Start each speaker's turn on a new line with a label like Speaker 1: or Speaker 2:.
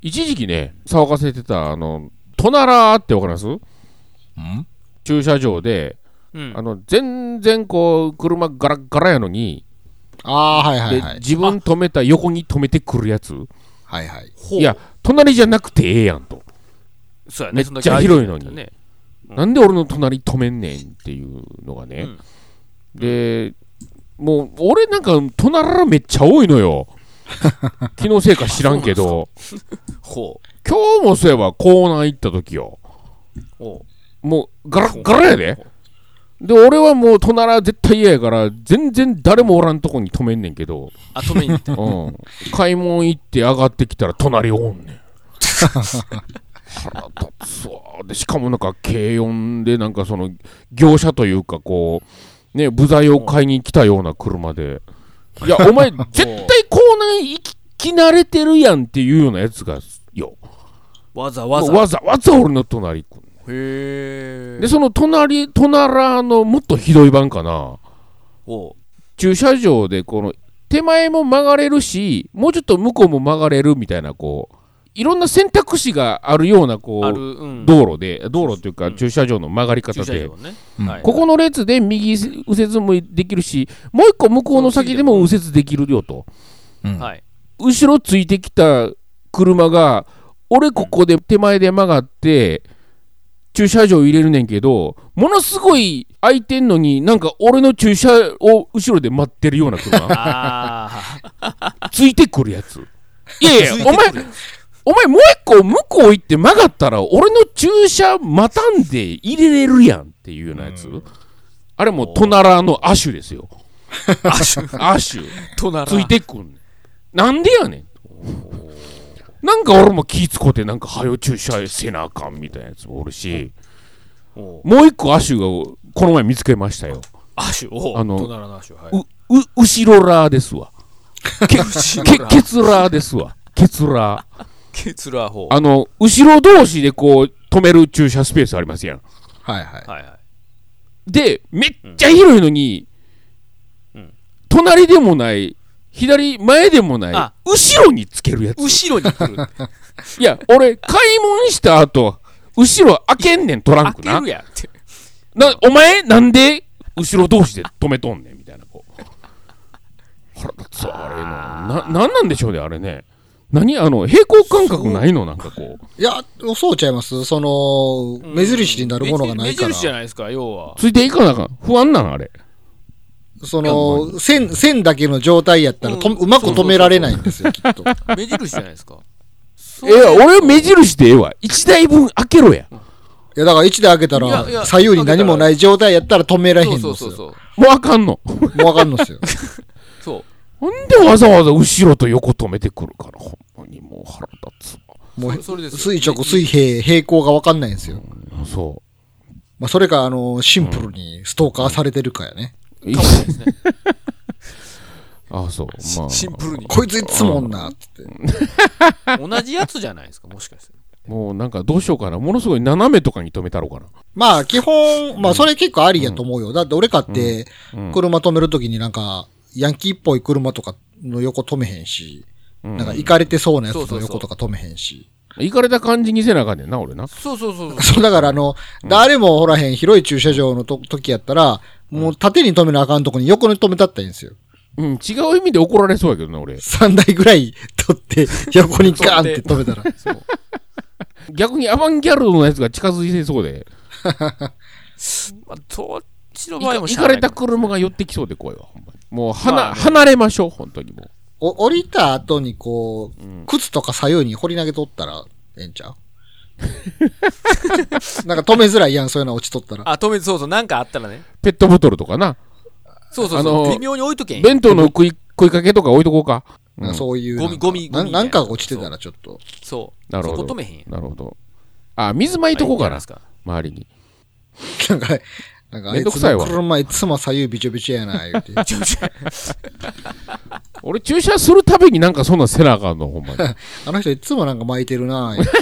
Speaker 1: 一時期ね、騒がせてた、あの、トナラーってわかります
Speaker 2: ん
Speaker 1: 駐車場で、
Speaker 3: うん
Speaker 1: あの、全然こう、車ガラッガラやのに、
Speaker 2: ああ、はいは
Speaker 1: で
Speaker 2: いはい。
Speaker 1: 自分止めた横に止めてくるやつ。
Speaker 2: はいはい。
Speaker 3: ほう
Speaker 1: いや、隣じゃなくてええやんと。
Speaker 3: そうやね
Speaker 1: めっちゃ広いのに
Speaker 3: ねうん
Speaker 1: なんで俺の隣止めんねんっていうのがね。で、もう、俺なんか、隣らめっちゃ多いのよ。気のせいか知らんけど、
Speaker 3: ほ
Speaker 1: 今日もそういえば、港南行った時よ。
Speaker 3: うほ
Speaker 1: もう、ガラッ
Speaker 3: う
Speaker 1: ガラやで。で、俺はもう、隣は絶対嫌やから、全然誰もおらんとこに止めんねん けど、
Speaker 3: あ止めに行 って
Speaker 1: うん。買い物行って上がってきたら隣おんねん。腹立つわ。で、しかもなんか軽音でなんかその業者というかこう、ね、部材を買いに来たような車で。いや、お前 絶対こうなん行き来慣れてるやんっていうようなやつがよ。
Speaker 3: わざわざ
Speaker 1: わざわざ俺の隣来ん
Speaker 3: へ
Speaker 1: で、
Speaker 3: え
Speaker 1: その隣、隣のもっとひどい版かな。
Speaker 3: ほ
Speaker 1: 駐車場でこの手前も曲がれるしもうちょっと向こうも曲がれるみたいなこういろんな選択肢があるようなこ
Speaker 3: うある
Speaker 1: う
Speaker 3: うん
Speaker 1: 道路で道路というか
Speaker 3: うん
Speaker 1: 駐車場の曲がり方
Speaker 3: 駐車
Speaker 1: で
Speaker 3: 場ね
Speaker 2: うん
Speaker 3: はい
Speaker 1: ここの列で右右折もできるしもう一個向こうの先でも右折できるよと
Speaker 2: うん
Speaker 3: はい
Speaker 1: 後ろついてきた車が俺ここで手前で曲がって駐車場入れるねんけどものすごい空いてんのになんか俺の駐車を後ろで待ってるような車
Speaker 3: ああ
Speaker 1: ついてくるや つ。いやいや、
Speaker 2: ついて
Speaker 1: お
Speaker 2: く
Speaker 1: 前、お前もう一個向こう行って曲がったら、俺の駐車待たんで入れれるやんっていうようなやつ。あれもう、トナラの亜種 ですよ。亜 種。
Speaker 3: 隣
Speaker 1: ついてくんねん。なんでやねん。なんか俺も気ぃ使うて、なんか、はよ駐車せなあかんみたいなやつもおるし、
Speaker 3: ほう
Speaker 1: もう一個亜種が、この前見つけましたよ。
Speaker 3: アシュほう
Speaker 1: あの、
Speaker 3: 隣のアシュはいう
Speaker 1: う、後ろらーですわ。け、け、
Speaker 3: らー
Speaker 1: ケツラーですわ。ケツラー。
Speaker 3: ケツラほう
Speaker 1: あの、後ろ同士でこう、止める駐車スペースありますやん。
Speaker 2: はいはい。
Speaker 3: はいはい
Speaker 1: で、めっちゃ広いのに、
Speaker 3: うん
Speaker 1: 隣でもない、左、前でもない
Speaker 3: あ、
Speaker 1: 後ろにつけるやつ。
Speaker 3: 後ろに来る
Speaker 1: いや、俺、買い物した後、後ろ開けんねん、トランク
Speaker 3: 開け
Speaker 1: な
Speaker 3: る。やんって
Speaker 1: なお前、なんで、後ろ同士で止めとんねん、みたいな、こう。腹立つわ、あれな。な、なんなんでしょうね、あれね。何あの、平行感覚ないのなんかこう。
Speaker 2: いや、そうちゃいますその、目印になるものがないか
Speaker 3: 目
Speaker 2: ら
Speaker 3: 印。じゃないですか要は
Speaker 1: ついていかなあかん。不安なん、あれ。
Speaker 2: その、線、線だけの状態やったらと、
Speaker 3: うん
Speaker 2: うまく止められないんですよ、きっと。
Speaker 3: 目印じゃないですかそ
Speaker 1: いや、俺目
Speaker 3: 印
Speaker 1: 印でええわ。一台分開けろや。
Speaker 2: いや、だから1で開けた
Speaker 3: いやい
Speaker 2: ら、
Speaker 3: や
Speaker 2: 左右に何もない状態やったら止められへん
Speaker 3: そ
Speaker 2: の
Speaker 3: う
Speaker 2: です
Speaker 3: そ
Speaker 2: よ。
Speaker 3: うそうそう
Speaker 1: もうあかんの。
Speaker 2: もうわかんの っすよ。
Speaker 3: そう
Speaker 1: なんでわざわざ後ろと横止めてくるから、ほんまにもう腹立つ
Speaker 2: もう、
Speaker 3: それですよ
Speaker 2: 垂直、水平、平行がわかんないんですよ。
Speaker 1: わ。そ
Speaker 2: まあ、それか、あの、シンプルにストーカーされてるかやね。
Speaker 1: う。
Speaker 3: かもしれないですね
Speaker 1: あ、そう。ま
Speaker 3: シンプル に
Speaker 2: こいついつも女っつって。
Speaker 3: 同じやつじゃないですかもしかして
Speaker 1: あ、もうなんかどうしようかな。ものすごい斜めとかに止めたろうかな。
Speaker 2: まあ、基本、まあ、それ結構ありやと思うよ。だって俺かって
Speaker 1: うんうん、
Speaker 2: 車止めるときになんか、ヤンキーっぽい車とかの横止めへんし、
Speaker 1: うん
Speaker 2: なんか、行かれてそうなやつ
Speaker 3: そうそ
Speaker 2: の
Speaker 3: うそう
Speaker 2: 横とか止めへんし。
Speaker 1: 行かれた感じにせなあかんねんな、俺な。
Speaker 3: そうそうそうそう
Speaker 2: そう、だからあの、誰もおらへん広い駐車場のと時やったら、もう縦に止めなあかんとこに横に止めたったらいいんですよ。
Speaker 1: うん、違う意味で怒られそうやけどな、俺。
Speaker 2: 3台ぐらい取って、横にガーンって止めたら。
Speaker 1: 逆にアバンギャルドのやつが近づいてそうで、
Speaker 3: まあ、どっちの
Speaker 1: い
Speaker 3: 場
Speaker 1: か
Speaker 3: 合も
Speaker 1: 行かれた車が寄ってきそうで怖いわ、ほんまに。もう、はな、離れましょう、本当にもう。
Speaker 2: お降りた後にこう、靴とか左右に掘り投げとったら、ええんちゃう なんか止めづらいやん、そういうの落ちとったら。
Speaker 3: あ、止めて、そうそう、なんかあったらね。
Speaker 1: ペットボトルとかな。
Speaker 3: そうそう
Speaker 1: あ
Speaker 3: そ
Speaker 1: の
Speaker 3: う、
Speaker 1: ー
Speaker 3: 微妙に置いとけん。
Speaker 1: 弁当の食い、食いかけとか置いとこうか。
Speaker 2: なんかそういうなんか。
Speaker 3: ゴミゴミゴミみた
Speaker 2: ない
Speaker 3: なん
Speaker 2: かが落ちてたらちょっと。
Speaker 3: そう。
Speaker 1: なるほど
Speaker 3: そこ止めへんやん。
Speaker 1: なるほど。あ、水まいとこうかな、
Speaker 3: まあいいんじゃないで
Speaker 1: 周りに。
Speaker 2: なんか、なんかあ
Speaker 1: めん
Speaker 2: い
Speaker 1: どく
Speaker 2: つ
Speaker 1: さい
Speaker 2: の
Speaker 1: わ
Speaker 2: 車いつも左右びちょびちょやな、言う て。
Speaker 1: 俺、駐車するたびになんかそんなんせなあかんの、ほんまに。
Speaker 2: あの人いつもなんか巻いてるな、言うて